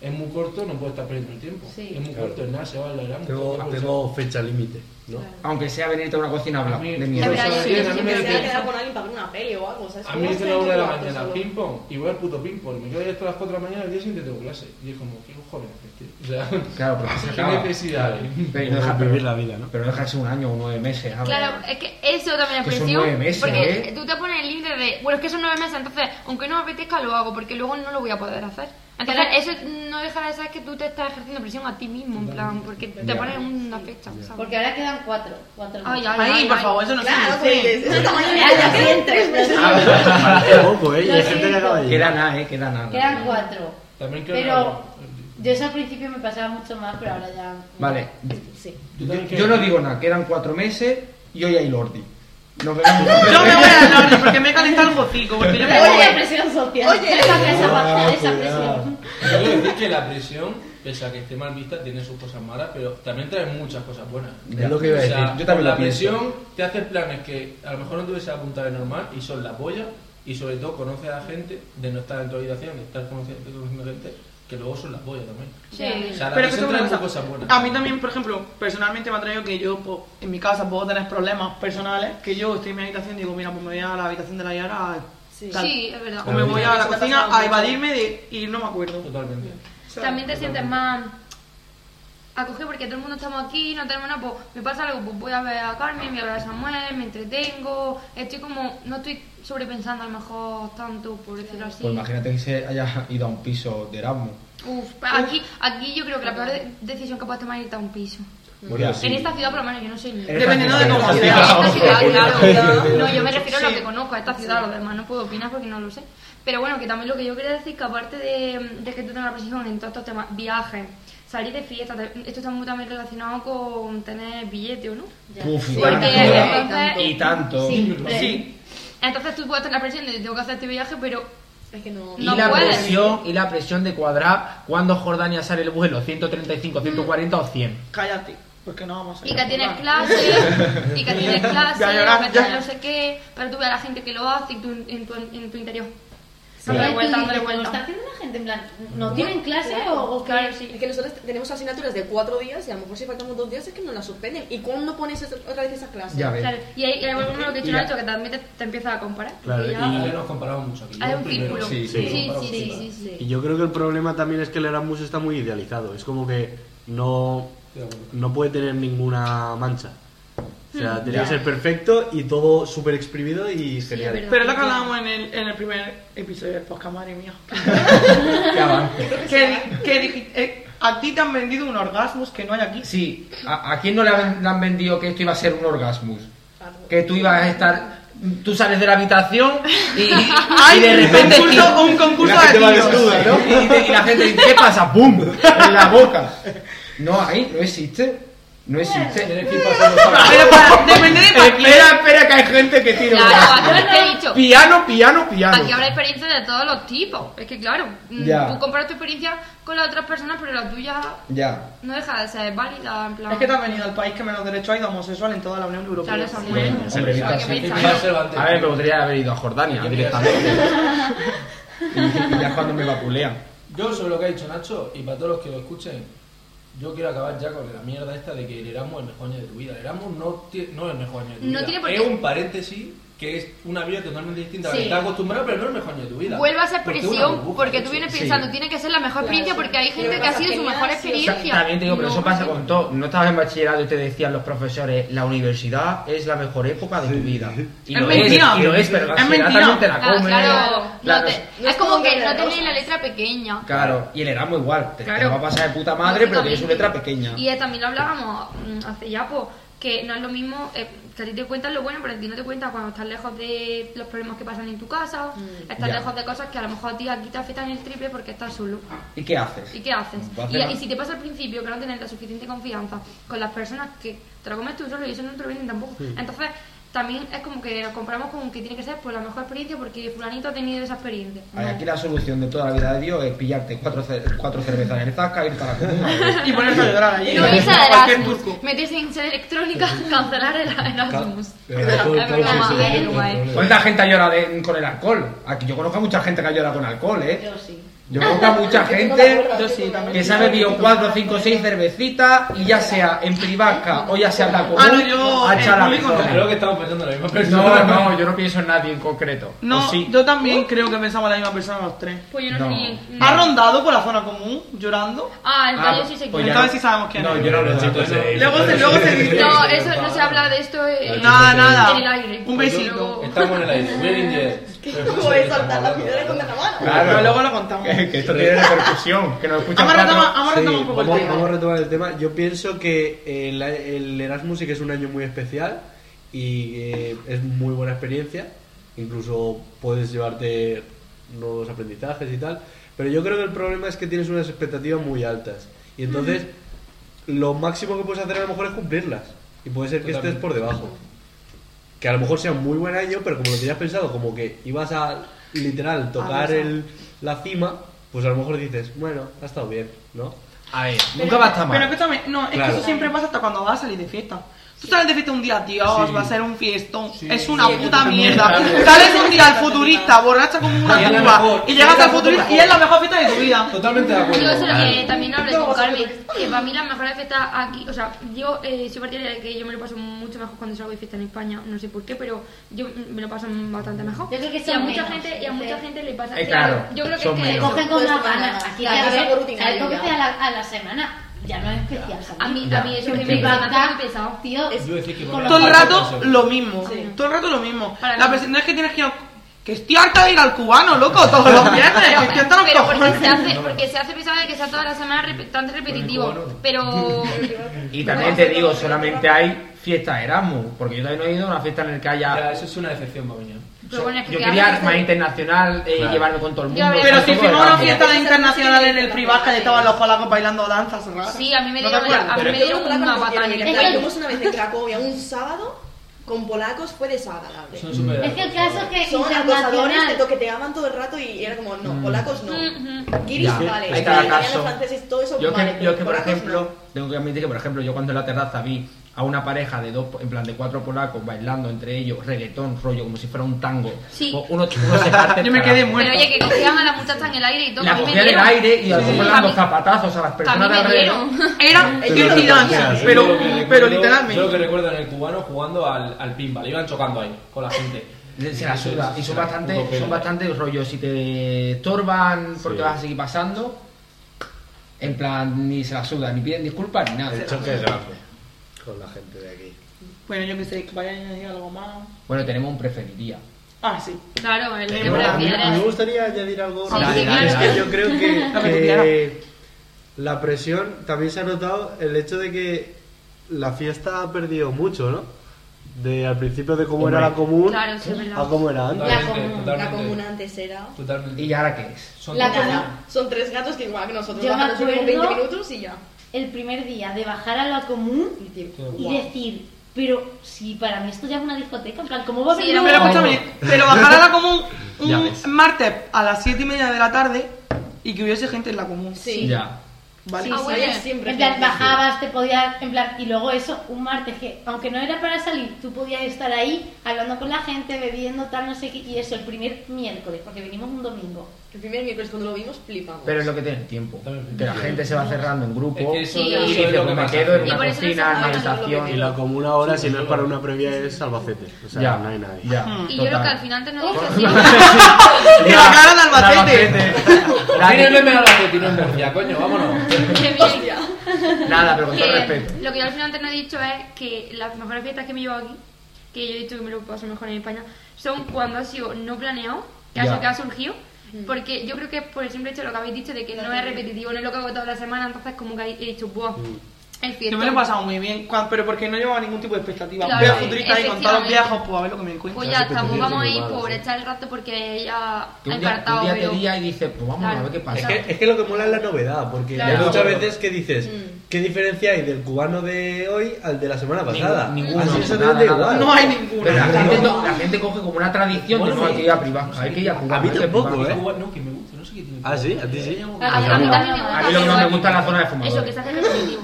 es muy corto, no puedo estar perdiendo el tiempo. Sí. Es muy Claro. corto, es nada, se va a lograr. Tengo, tengo fecha límite, ¿no? Aunque sea venirte a una cocina a hablar A mí- de Es mierda. verdad, yo Sí, siempre- a mí Me me siempre- voy a dicen- quedar con alguien para ver una peli o algo, ¿sabes? A mí ¿Cómo me vas dicen a la ir una de la tú solo? mañana, ping pong, y voy al puto ping pong, me quedo ahí hasta las 4 de la mañana y al día siguiente tengo clase. Y es como, qué cojones, tío. O sea, Claro, porque se qué acaba. necesidad. ¿eh? Pero no Cómo deja- vivir la vida, ¿no? Pero dejarse un año o nueve meses. ¿sabes? Claro, es que eso también es Que son presión. nueve meses, porque ¿eh? tú te pones el límite de, bueno, es que son nueve meses, entonces, aunque no me apetezca, lo hago, porque luego no lo voy a poder hacer. Entonces, eso no deja de ser que tú te estás ejerciendo presión a ti mismo, en plan, porque te Ya. pones una fecha, ¿sabes? Porque ahora quedan cuatro. cuatro Ay, ay, Ay, ay, por ay. favor, eso no Claro, se dice. pues, eso está mañana. Ya, ya quedan tres meses. Qué poco, ¿eh? Y hay Lo gente que acaba de Queda llegar. nada, eh, queda nada. Quedan cuatro. También creo Pero que- yo eso al principio me pasaba mucho más, pero ahora ya. mm, Vale, Sí. yo, Yo también creo yo no que- digo nada, quedan cuatro meses y hoy hay Lordi. Nos vemos. Yo me voy a hablar porque me he calentado el hocico, porque yo me Oye, voy. la presión social. Oye. esa presión Ah, baja, esa cuidado. presión. Quiero decir que la presión, pese a que esté mal vista, tiene sus cosas malas, pero también trae muchas cosas buenas. Es lo que iba a O sea, decir, yo también con lo la pienso. presión te haces planes que a lo mejor no te hubiese apuntado de normal y son la polla y sobre todo conoces a gente de no estar en tu habitación, de estar conociendo, conociendo gente que luego son la polla también. O Sí. sea, la Pero es que presión eso es trae una muchas cosa. cosas buenas. A mí también, por ejemplo, personalmente me ha traído que yo, pues, en mi casa puedo tener problemas personales, que yo estoy en mi habitación y digo, mira, pues me voy a la habitación de la Yara a Sí. tal. Sí, es verdad. O me voy a la Eso me ha cocina pasado a mucho. evadirme de, y no me acuerdo. Totalmente. También te sientes más acogido porque todo el mundo estamos aquí, no tenemos nada, pues me pasa algo, pues voy a ver a Carmen, voy a ver a Samuel, me entretengo, estoy como, no estoy sobrepensando a lo mejor tanto, por decirlo así. Pues imagínate que se haya ido a un piso de Erasmus. Uf, pa- aquí, aquí yo creo que la peor de- decisión que puedes tomar es irte a un piso. Bueno, Mm. En sí. esta ciudad, por lo menos, yo no soy ni. En En esta Dependiendo de ciudad, cómo en esta sea. ciudad. esta ciudad, claro. Sí. No, yo me refiero a lo Sí. que conozco, a esta ciudad, a los demás no puedo opinar porque no lo sé. Pero bueno, que también lo que yo quería decir, que aparte de, de que tú tengas la presión en todos estos temas, viajes, salir de fiesta, te- esto está muy también relacionado con tener billete, ¿o no? Ya. Puf, y Porque tanto. entonces, Y tanto. Siempre. Sí, entonces tú puedes tener la presión de tengo que hacer este viaje, pero Es que no. Y No la puedes. presión, y la presión de cuadrar cuando Jordania sale el vuelo, 135, 140 o 100. cállate, porque no vamos a Y ir que a tienes jugar. clase, y que tienes clase, Ya llorar, o que tienes ya. no sé qué, pero tú ves a la gente que lo hace y tú en, en tu, en tu interior. Ahora Dándole tú vuelta, dándole dices, ¿lo está vuelta. haciendo la gente en plan, ¿no tienen clase o, o qué? Claro, Es sí. que nosotros tenemos asignaturas de cuatro días y a lo mejor si faltamos dos días es que nos las suspenden. ¿Y cuándo pones esas- otra vez esas clases? Ya ves. Claro. Y hay, y hay alguno lo que he Y dicho ya. Nacho, que también te, te empiezas a comparar. Claro, y Y ya ya nos comparamos mucho aquí. hay Yo un primero. círculo. sí, sí, sí, sí. Comparamos sí, mucho. sí, sí. Y yo creo que el problema también es que el Erasmus está muy idealizado. Es como que no, Estoy de acuerdo. no puede tener ninguna mancha. O sea, tiene Ya. que ser perfecto y todo súper exprimido y Mm. es genial. verdad. Pero es lo que hablábamos en el, en el primer episodio del podcast, madre mía. Que avance. que, di- que di- eh, a ti te han vendido un orgasmus que no hay aquí. Sí, ¿a, a quién no le han, le han vendido que esto iba a ser un orgasmus? Claro. Que tú ibas a estar... Tú sales de la habitación y, Ay, y de repente... un concurso, un concurso la gente va de tiros. desnuda. ¿no? Y, te- y la gente dice, ¿qué pasa? ¡Bum! En la boca. No, ahí no existe. No existe. Tienes que ir pasando por- Pero para, depende de para quién. Espera, espera, que hay gente que tira un eh, Claro, orgasmo. aquí te he dicho. Piano, piano, piano. Aquí habrá experiencias de todos los tipos. Es que claro, mm, Ya. tú comparas tu experiencia con las otras personas, pero la tuya Ya. no deja de ser válida, en plan... Es que te has venido al país que menos derechos hay de homosexual en toda la Unión Europea. Claro, Samuel. Bueno, hombre, Hay que vete a ser- Sí, pensar. va a ser antes. A ver, me gustaría haber ido a Jordania directamente. y, y ya es cuando me vapulean. Yo sobre lo que ha dicho Nacho, y para todos los que lo escuchen, Yo quiero acabar ya con la mierda esta de que el Erasmus es el mejor año de tu vida. El Erasmus no, ti- no es el mejor año de tu No vida. tiene por es qué. un paréntesis que es una vida totalmente distinta a la Sí. que estás acostumbrado, pero no es el mejor año de tu vida. Vuelve a ser Porque es una presión burbuja, porque tú eso. vienes Sí. pensando, tiene que ser la mejor Claro, experiencia sí. porque hay gente Pero que ha pasa sido su genial, mejor sí, o sea, O sea, experiencia. También te digo, pero No, eso pasa no. con todo. No estabas en bachillerato y te decían los profesores, la universidad es la mejor época de tu vida. Y Es lo mentira. es, y lo es, pero la Es sociedad mentira. también te la Claro, come. claro. La- no te- no es es como todo que color no de tenéis la rosas. letra pequeña. Claro, y el Erasmus igual, te, te Claro. lo va a pasar de puta madre, pero tienes Lógicamente. una letra pequeña. Y eh, también lo hablábamos mm, hace ya, pues, que no es lo mismo, eh, que a ti te cuentan lo bueno, pero a ti no te cuentan cuando estás lejos de los problemas que pasan en tu casa, estás Mm, Ya. lejos de cosas que a lo mejor a ti aquí te afectan el triple porque estás solo. ¿Y qué haces? ¿Y qué haces? Va a Y, cenar. y si te pasa al principio que no tienes la suficiente confianza con las personas que te lo comes tú solo y eso no te lo venden tampoco. Entonces, también es como que nos compramos con que tiene que ser pues, la mejor experiencia porque fulanito ha tenido esa experiencia. A ver, Aquí la solución de toda la vida de Dios es pillarte cuatro, cer- cuatro cervezas en el zasca, irte a la comuna. Y ponerse a llorar allí. No irse Como de cualquier Erasmus, turco. meterse en sede electrónica, cancelar el Erasmus. Pero todo- Es todo broma, sí, sí, es sí, guay. todo- ¿Cuánta gente ha llorado de- con el alcohol? Aquí yo conozco a mucha gente que ha llorado con alcohol, ¿eh? Yo sí. Yo conozco a mucha gente Yo sí, también. que se ha bebido 4, 5, 6 cervecitas y ya sea en privasca o ya sea en la común, Ah, no, yo- ha en echado la público persona. Creo que estamos pensando en la misma persona. No, no, yo no pienso en nadie en concreto. No, O sí. yo también creo que pensamos la misma persona los tres. Pues yo no, No. sé ni. ¿Ha rondado por la zona común llorando? Ah, el Ah, gallo sí se pues quiere. ya no. Entonces sí sabemos quién No, es. yo no lo Chicos, eh, Luego se, luego se dice. No, eso no se habla de esto. eh, Nada, sí. En el nada. aire. Un Pues yo- besito. Estamos en el aire. We're in the air. Pero ¿Cómo fíjate es que saltar la estamos piedra con hablando. la mano? Claro. Pero luego lo contamos. que que esto tiene repercusión, que nos escuchan Vamos a retomar, cuatro. vamos a Sí, retomar un poco vamos, el tema. vamos a retomar el tema. Yo pienso que el, el Erasmus sí que es un año muy especial y eh, es muy buena experiencia. Incluso puedes llevarte nuevos aprendizajes y tal. Pero yo creo que el problema es que tienes unas expectativas muy altas. Y entonces lo máximo que puedes hacer a lo mejor es cumplirlas. Y puede ser que estés por debajo. Que a lo mejor sea un muy buen año, pero como lo tenías pensado, como que ibas a literal tocar pasar. el, la cima, pues a lo mejor dices, bueno, ha estado bien, ¿no? A ver, nunca va a estar mal. Pero escúchame, no, es Claro. que eso siempre pasa hasta cuando vas a salir de fiesta. Tú sales de fiesta un día, Dios, va a ser un fiestón. Es una puta mierda. Sales un día al futurista, borracha como Y una es la tumba, mejor. y llegas Y es al la futurista y mejor. es la mejor fiesta de tu vida. Totalmente de acuerdo. Yo eso lo que Claro. también hablé con Carmen, que para mí las mejores fiestas aquí, o sea, yo eh, soy partidaria de que yo me lo paso mucho mejor cuando salgo de fiesta en España, no sé por qué, pero yo mm, me lo paso bastante mejor. Yo creo que y son a mucha menos, gente y a sí. mucha gente le pasa. Eh, sí, claro, yo creo que son es que menos. cogen con Pues las eso, ganas. nada. Aquí Ya, a eso es algo ver, ¿sabes rutinario por qué ya. te a la, a la semana? Ya no es especial. ¿sabes? a mí, a Ya, mí eso es que que me encanta Acá, pesado. tío, Es- Yo decir que Todo Todo el Aparte, rato eso. lo mismo. Sí. Todo el rato lo mismo. Para La mí. presión no es que tienes que ir al- que estoy harta de ir al cubano, loco, todos los viernes. que estoy hasta los Pero porque cojones. se hace, porque se hace pesado de que sea toda la semana rep- tan repetitivo, pero... Y también te digo, solamente hay fiestas Erasmus, porque yo todavía no he ido a una fiesta en la que haya... Ya, eso es una decepción para mí. ¿eh? ¿no? pero bueno, es que yo cada quería vez más se- internacional, eh, Claro. llevarme con todo el Yo mundo. hablé- Pero si todo firmó el una campo. fiesta de internacional en el privado que estaban los polacos bailando danzas raras. Sí, a mí me ¿No te dieron, acuerdas? a mí me Yo dieron con polacos una no quiero batalla. ir. Es que- Estuvimos una vez en Cracovia un sábado con polacos, fue desagradable. Son Mm. súper es que el caso es que Son acosadores, te internacional. toqueteaban todo el rato y era como, no, polacos no. Mm-hmm. Ujú. Guiris, Mm. Ya, vale. hay cada italianos, caso. franceses, todo eso, Yo es vale. que, pero yo es que, por polacos ejemplo, no. tengo que admitir que, por ejemplo, yo cuando en la terraza vi a una pareja de dos, en plan de cuatro polacos bailando entre ellos reggaetón, rollo, como si fuera un tango. Sí. pues Uno, uno se parte el Yo me carajo. quedé muerta. Pero oye, que cogían a la muchacha en el aire y todo. a La mí me cogían en el dieron. aire y a lo Sí. mejor le A dan mí- dos zapatazos a A las mí personas de me alrededor. dieron. Era Pero Dirty lo Dance, recuerdas, pero, Yo lo que recuerdo- pero Yo lo que literalmente. recuerdo en el cubano jugando al, al pinball. Iban chocando ahí con la gente. Eh, Se la suda. Y son Era puto bastante, pelo. son bastante rollo. Si te estorban porque Sí. vas a seguir pasando, en plan, ni se la suda, ni piden disculpas, ni nada. El choque es grande con la gente de aquí. Bueno, yo pensé que vayan a decir algo más. Bueno, tenemos un preferiría. Ah, sí. Claro, el Eh, de bueno, las a mí, a mí piedras. me gustaría añadir algo. Sí, Dale, sí, dale, es claro. que yo creo que, Lo que tú que quieras. la presión también se ha notado el hecho de que la fiesta ha perdido mucho, ¿no? De al principio de cómo era Hombre. la común Claro, sí, es verdad. a cómo era antes. eh, Totalmente, La común, La totalmente. comuna antes era... Totalmente. ¿Y ahora qué es? Son La todos- comuna. Nada, son tres gatos que igual que nosotros Yo me bajamos acuerdo- unos 20 minutos y ya. El primer día de bajar a la común y decir, pero si para mí esto ya es una discoteca, en plan, ¿cómo va a Sí, venir era un- Pero escúchame, pero bajar a la común Ya un ves. martes a las 7 y media de la tarde y que hubiese gente en la común. Sí. Ya. ¿Vale? Sí. Había siempre Ah, En plan, gente. bajabas, te podías, en plan, y luego eso, un martes que, aunque no era para salir, tú podías estar ahí hablando con la gente, bebiendo, tal, no sé qué, y eso, el primer miércoles, porque vinimos un domingo. El primer miércoles cuando lo vimos flipamos. Pero es lo que tiene el tiempo. También. Que la gente se va cerrando en grupo Es que eso- y eso es dice, lo que pues me pasa. quedo en Y una por eso no se cocina, en una sabe lo que habitación. Y la comuna ahora, si no es sí. para una previa, es Albacete. O sea, Ya, no hay nadie. ya, Y yo creo que total. al final tenemos que sí. Y la cara de Albacete. Dani, Mira, no es mejor que no es Murcia, coño, vámonos. ¿Eh? que bien. Hostia. Nada, pero con todo Que respeto. lo que yo al final te no he dicho es que las mejores fiestas que me llevo aquí, que yo he dicho que me lo paso mejor en España, son cuando ha sido no planeado, que, ha, Ya. sido- que ha surgido. Mm. Porque yo creo que es por el simple hecho de lo que habéis dicho de que no es repetitivo, no es lo que hago toda la semana, entonces como que he dicho, ¡buah! El Yo fiesta. me lo he pasado muy bien, cua- pero porque no llevaba ningún tipo de expectativa. Claro, Voy a sí, futurista y con todos los efectivamente. viejos, pues a ver lo que me encuentro. Pues ya Claro, sí, está, pues porque vamos a tienes ir que por probar, echar el rato porque ya ha Que un día, un apartado. día te pero- día y dices, pues vamos a Claro. ver qué Es pasa. que, es que lo que mola es la novedad, porque Claro. hay muchas Claro. veces que dices, Mm. ¿qué diferencia hay del cubano de hoy al de la semana Ningún- pasada? ninguno, Así nada, exactamente nada. igual. No hay Pero la ninguna. gente, no- la gente coge como una tradición de no hay que ir a privar, hay que ir a Cuba, A mí hay que tampoco, privar. ¿eh? Cuba- No, que me gusta, no sé qué tiene. Ah, sí, a ti sí. A, a- a mí también me gusta. A mí lo que no me pero- gusta es la zona de fumadores. Eso, que se hace repetitivo.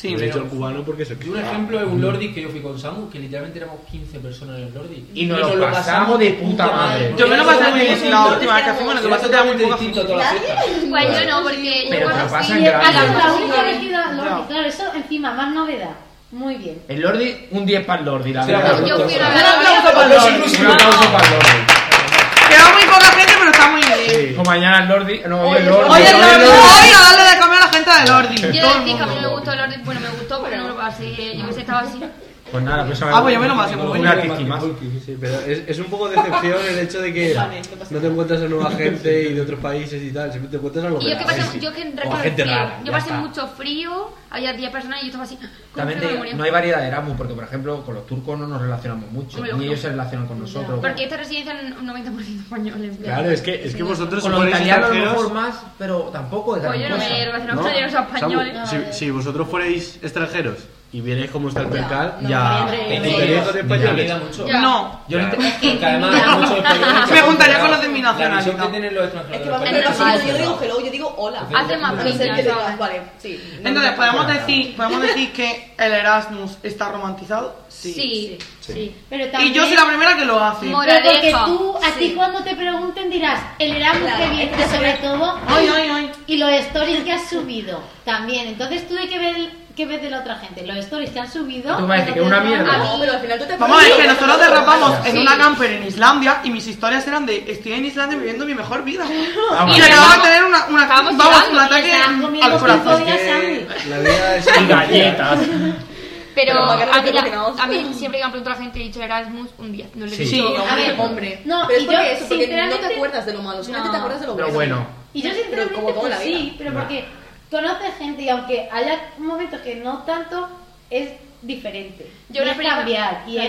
Sí, Lo he dicho pero. el cubano porque se Y un ejemplo es un Lordi que yo fui con Samu, que literalmente éramos 15 personas en el Lordi. Y nos lo pasamos de puta madre. Yo me lo pasé muy bien la última vez que fuimos, lo Lo que pasa es pasamos que era muy poca totalmente distinto a todas las fiestas. Pues yo no, porque Pero yo te lo cuando pasan sí, grande. a la- la la única única vez que iba al Lordi, No. claro, eso encima, más novedad. Muy bien. El Lordi, un 10 para el Lordi, la Sí, verdad. yo Yo fui una Un aplauso vez. para el Lordi. Un aplauso para el Lordi. Quedaba muy poca gente, pero está muy bien. Como mañana el Lordi. No, hoy el Lordi. Oye, hoy el Lordi, hoy a darle de comer a la gente del Lordi. Quiero Todo el decir que a mí no me mundo. gustó el orden, bueno, me gustó, pero no me lo pasé, yo que sé, estaba así. Pues nada, pues Ah, pues yo me lo pasé muy bien. Una artista más. Sí, pero es, es un poco decepción el hecho de que no te encuentras a nueva gente y de otros países y tal, siempre te encuentras a los Y yo que de la pasé, gente. yo que O a recuerdo el gente frío. rara, Yo ya pasé está. mucho frío, había 10 personas y yo estaba así. "Ah, con También frío te me digo, moría. no hay variedad de Erasmus, porque por ejemplo con los turcos no nos relacionamos mucho, Hombre, ni no. ellos se relacionan con nosotros. Porque esta residencia es un 90% españoles. Claro, es que, es que vosotros con los fuerais italianos a lo mejor extranjeros- más, pero tampoco de gran Pues yo no cosa. me relaciono ¿no? con los españoles. Samu, si, si vosotros fuerais extranjeros y vierais cómo está el percal, no, ya. no, ¿te no, Sí, juntarías con sí, españoles? me mucho. Ya. No. Yo no ent- Porque además, muchos españoles- Me juntaría con los de mi La visión nacionalidad. que tienen los extranjeros. Es que de los vamos a Entonces, ver, españoles si yo es muy digo cerrado. hello, yo digo hola. Hace más A no ser piña, que ¿sabes? digas, vale, sí. No, Entonces, no, ¿podemos no. decir, ¿podemos decir que el Erasmus está romantizado? Sí, sí. Pero también, Y yo soy la primera que lo hace. Mo- Pero porque Moraleja. tú, a ti Sí. cuando te pregunten dirás, el Erasmus Claro, que es viste que sobre todo, Ay, ay, ay. y los stories que has subido también. Entonces tú hay que ver, que ves de la otra gente, los stories que han subido. Tú vas a decir que es una mierda. A No, mí- pero al final tú te Vamos a ver, que nosotros derrapamos en Sí. una camper en Islandia y mis historias eran de estoy en Islandia viviendo mi mejor vida. Ah, Vamos. Y acabo de tener una, una Acabamos vamos, un llorando, ataque estabas comiendo al corazón. frijoles. Eh, La vida es Y galletas. Pero Pero Macarena, a mí, ¿qué la- opinamos? a mí siempre que me han preguntado la gente he dicho Erasmus un 10. No le he Sí. dicho. Sí, A ver, hombre. hombre. No, pero y es porque yo, eso, porque no te sinceramente- acuerdas de lo malo, solamente No. te acuerdas de lo Pero bueno. bueno. Y yo sinceramente Pero como toda pues la vida. sí, pero Ya. porque conoces gente y aunque haya momentos que no tanto, es diferente. Yo Y la es primera- cambiar y es...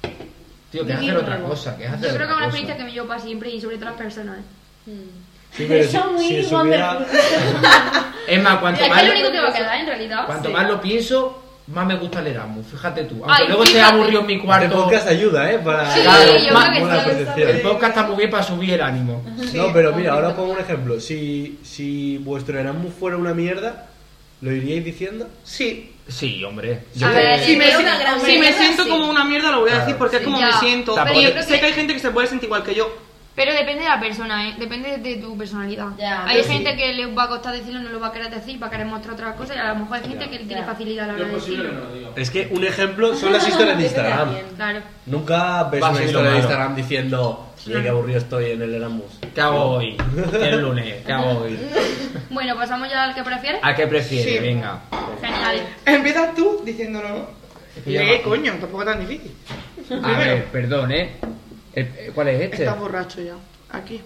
Claro. Tío, que hacer Vivir otra nuevo. cosa, que hacer Yo creo que otra es una cosa. experiencia que me llevo para siempre y sobre todo las personas. Mm. Sí, pero Eso si- muy si eso Wonderful. Es más, cuanto Es que más es lo lo, único que va a quedar en realidad. cuanto Sí. más lo pienso, más me gusta el Erasmus. Fíjate tú. Aunque Ay, luego sea fíjate. aburrido en mi Este cuarto. podcast ayuda, ¿eh? Para Sí, Claro, yo más- creo que buena sí. percepción. El podcast está muy bien para subir el ánimo. No, pero mira, ahora pongo un ejemplo. Si, si vuestro Erasmus fuera una mierda, ¿lo iríais diciendo? Sí. Sí, hombre. A ver, Si me, Era si- una gran si me mierda, siento sí. como una mierda, lo voy a decir porque es como Ya. me siento. Tampoco Y te- sé que hay gente que se puede sentir igual que yo. Pero depende de la persona, ¿eh? depende de tu personalidad. Ya, hay sí. gente que le va a costar decirlo, no lo va a querer decir, va a querer mostrar otra cosa y a lo mejor hay gente que tiene Ya. facilidad a la hora Yo es de posible que decirlo. no lo diga. Es que un ejemplo son las historias de Instagram. Claro. Nunca ves Va a una ser lo historia de malo. Instagram diciendo, "Mira qué aburrido estoy en el Erasmus. ¿Qué hago hoy? ¿Qué lunes? ¿Qué hago hoy? Bueno, pasamos ya al que prefieres. ¿A qué prefieres? Sí. Venga. Genial. Empiezas tú diciéndolo. Y Y ya eh, va. coño, tampoco es tan difícil. A ver, perdón, ¿eh? El- eh, ¿Cuál es este? Estás borracho ya. Aquí.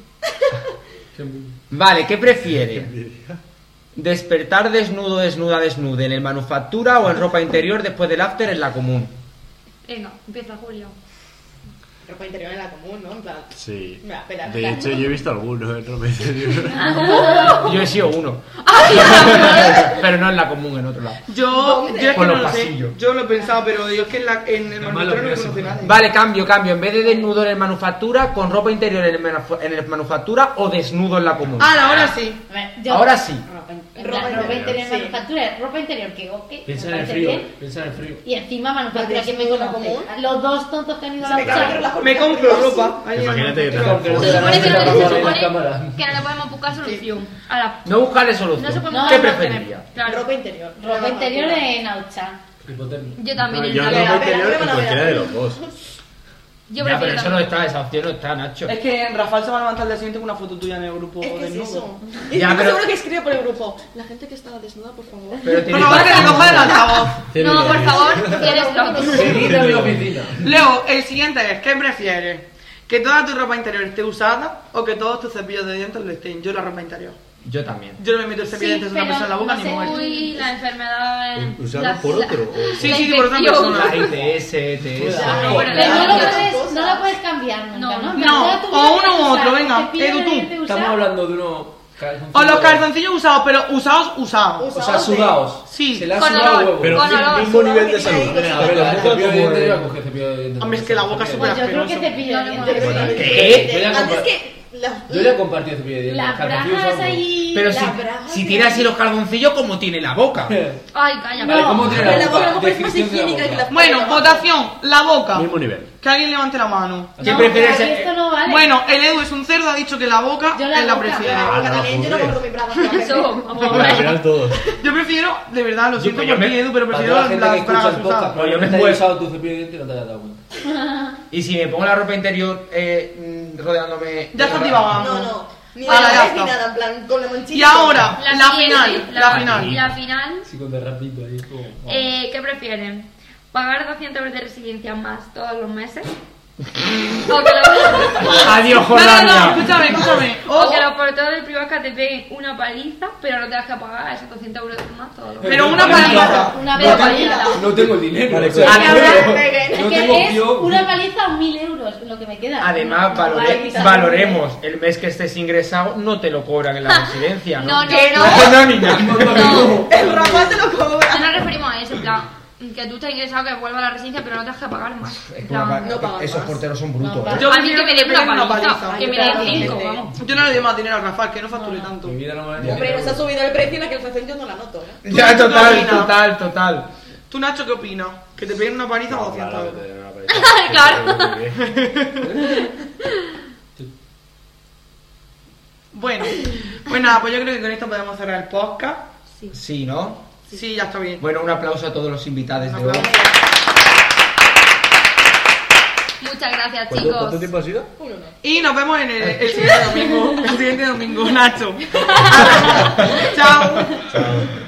Vale, ¿qué prefieres? ¿Despertar desnudo, desnuda, desnude en el manufactura o en ropa interior después del after en la común? Venga, empieza Julio. Ropa interior en la común, ¿no? En plan. Sí. Me la pela, De claro. hecho, yo he visto algunos en ropa interior. Yo he sido uno. Pero no en la común, en otro lado. Yo, yo es que Por no los lo sé. pasillos. Yo lo he pensado, pero yo es que en, la, en el monitor Además, lo no me pienso. conoce nadie. Vale, cambio, cambio. En vez de desnudo en el manufactura, con ropa Ah, interior en el, manuf- en el manufactura o desnudo en la común. Ahora, ahora Ah, sí. Bueno, Ahora sí. Ropa in- Ropa la ropa interior, sí. manufactura, ropa interior, que ok, me Piensa en el parece frío, bien. piensa en el frío. Y encima manufactura, Porque que me es una conoce? común. Los dos tontos que han ido a Se la me cae boda. que la Me compro ropa. Ahí Imagínate que te no. hacen Pero Se fotos. supone que no, Vamos a ver se supone la cámara. que no le podemos buscar solución. A la... No buscarle solución. No se puede No, ¿Qué no, preferiría? Claro. Ropa interior. Ropa Una interior manufactura. en Auchan. Hipotermia. Yo también. Yo no el- Espera, voy espera, interior en espera, cualquiera de espera. los dos. yo ya, prefiero pero la- eso no está, esa opción no está, Nacho. Es que Rafael se va a levantar al día siguiente con una foto tuya en el grupo Es que de es eso. Ya, Y yo pero- seguro que escribe por el grupo. La gente que estaba desnuda, por favor. Pero tiene No, no, que le coja el altavoz. No, por favor, tienes los Seguid en la oficina. Leo, el siguiente es, ¿qué prefieres? ¿Que toda tu ropa interior esté usada o que todos tus cepillos de dientes lo estén? Yo la ropa interior. Yo también. Yo no me meto el cepillo de Sí, dientes de pero una persona en la boca no ni sé muerto. muy la enfermedad. en- Usado la- por la- otro, o- Sí, la sí, sí, por otra infección. persona. La ITS, ETS. Cuidado. bueno, Pero no, lo yo- puedes, no lo puedes cambiar nunca, No, ¿no? no. Pero toda tu vida O uno puedes u otro, usar venga, cepillo Edu, de tú. dientes Estamos usado. hablando de unos calzoncillos. O los calzoncillos usados, pero usados, usados. O sea, sudados. Sí. Se le ha Con sudado olor. huevo. Pero Con olor. mismo nivel de salud. Venga, a ver, la boca cepillo de dientes, yo voy a coger cepillo de dientes. Hombre, es que la boca es súper Pues yo creo que asqueroso. cepillo de No, no, dientes. no. ¿Qué? Yo ya Antes compro- que. La... Yo ya he compartido cepillo de dientes. Las calzoncillos brajas usados. ahí. Pero la- si, braja si que- tiene así los calzoncillos, como tiene la boca. Ay, calla. Vale, ¿cómo tiene Pero la la boca boca? como es más Descripción de la higiénica que boca. la Bueno, votación, la boca. Mismo nivel. Que alguien levante la mano. ¿Qué No, prefieres? pero aquí esto no vale. Bueno, el Edu es un cerdo, ha dicho que la boca Yo la es la boca. preferida. Porque Ah, también yo no joder. guardo mi brazo. obviamente. Eso, Al vamos. final todos. Yo prefiero, de verdad, lo siento pues yo por me- ti, Edu, pero Para prefiero toda la gente que las escucha bragas el podcast, usadas. pero yo me Yo he voy- usado tu cepillo de dientes y no te hayas dado cuenta. Y si me pongo la ropa interior eh, mm, rodeándome. Ya está divagando. No, no. Ni Ahora ya la vez ni está. nada, en plan, con la manchita. Y ahora, la, siguiente, final, la final. La final. Sí, con derrapito ahí. como- Eh, ¿Qué prefieren? ¿Pagar 200 euros de residencia más todos los meses? ¿O que los, Adiós, No, no, no, Jordania. escúchame, escúchame. Oh, o que O- los portadores del privado te peguen una paliza, pero no tengas que pagar esos 200 euros más todos los meses? Pero una paliza. Una vez paliza. No tengo dinero. Vale, o sea, claro. no Ahora tengo- Es no tengo que es tío. una paliza mil euros lo que me queda. Además, Una valore- paliza. valoremos el mes que estés ingresado, no te lo cobran en la residencia, ¿no? No, no, Que no. No, ni nada. No, El Rafael te lo cobra. no nos referimos a eso, en plan, que tú estás ingresado, que vuelva a la residencia, pero no tengas que pagar más. En Es que plan, una- No pagan esos más. porteros son No brutos. pagan. ¿eh? Pues, Yo a mí que prefiero me den que me den una una paliza, paliza. que me den Claramente. cinco, vamos. Yo no le doy más dinero a Rafael, que no facture tanto. Mi vida no vale ni Hombre, mierda. nos ha subido el precio y la calefacción yo no la noto, ¿eh? Ya, total, No, no. total, total. ¿Tú, Nacho, qué opinas? ¿Que te peguen una paliza o 200 Claro, euros? Claro. Bueno, pues nada, pues yo creo que con esto podemos cerrar el podcast. Sí, ¿no? Sí, ya está bien. Bueno, un aplauso a todos los invitados de hoy. Muchas gracias, ¿Cuánto, cuánto chicos. tiempo ha sido? Uno no. Y nos vemos en el, el siguiente domingo. El siguiente domingo, Nacho. Chao. Chao.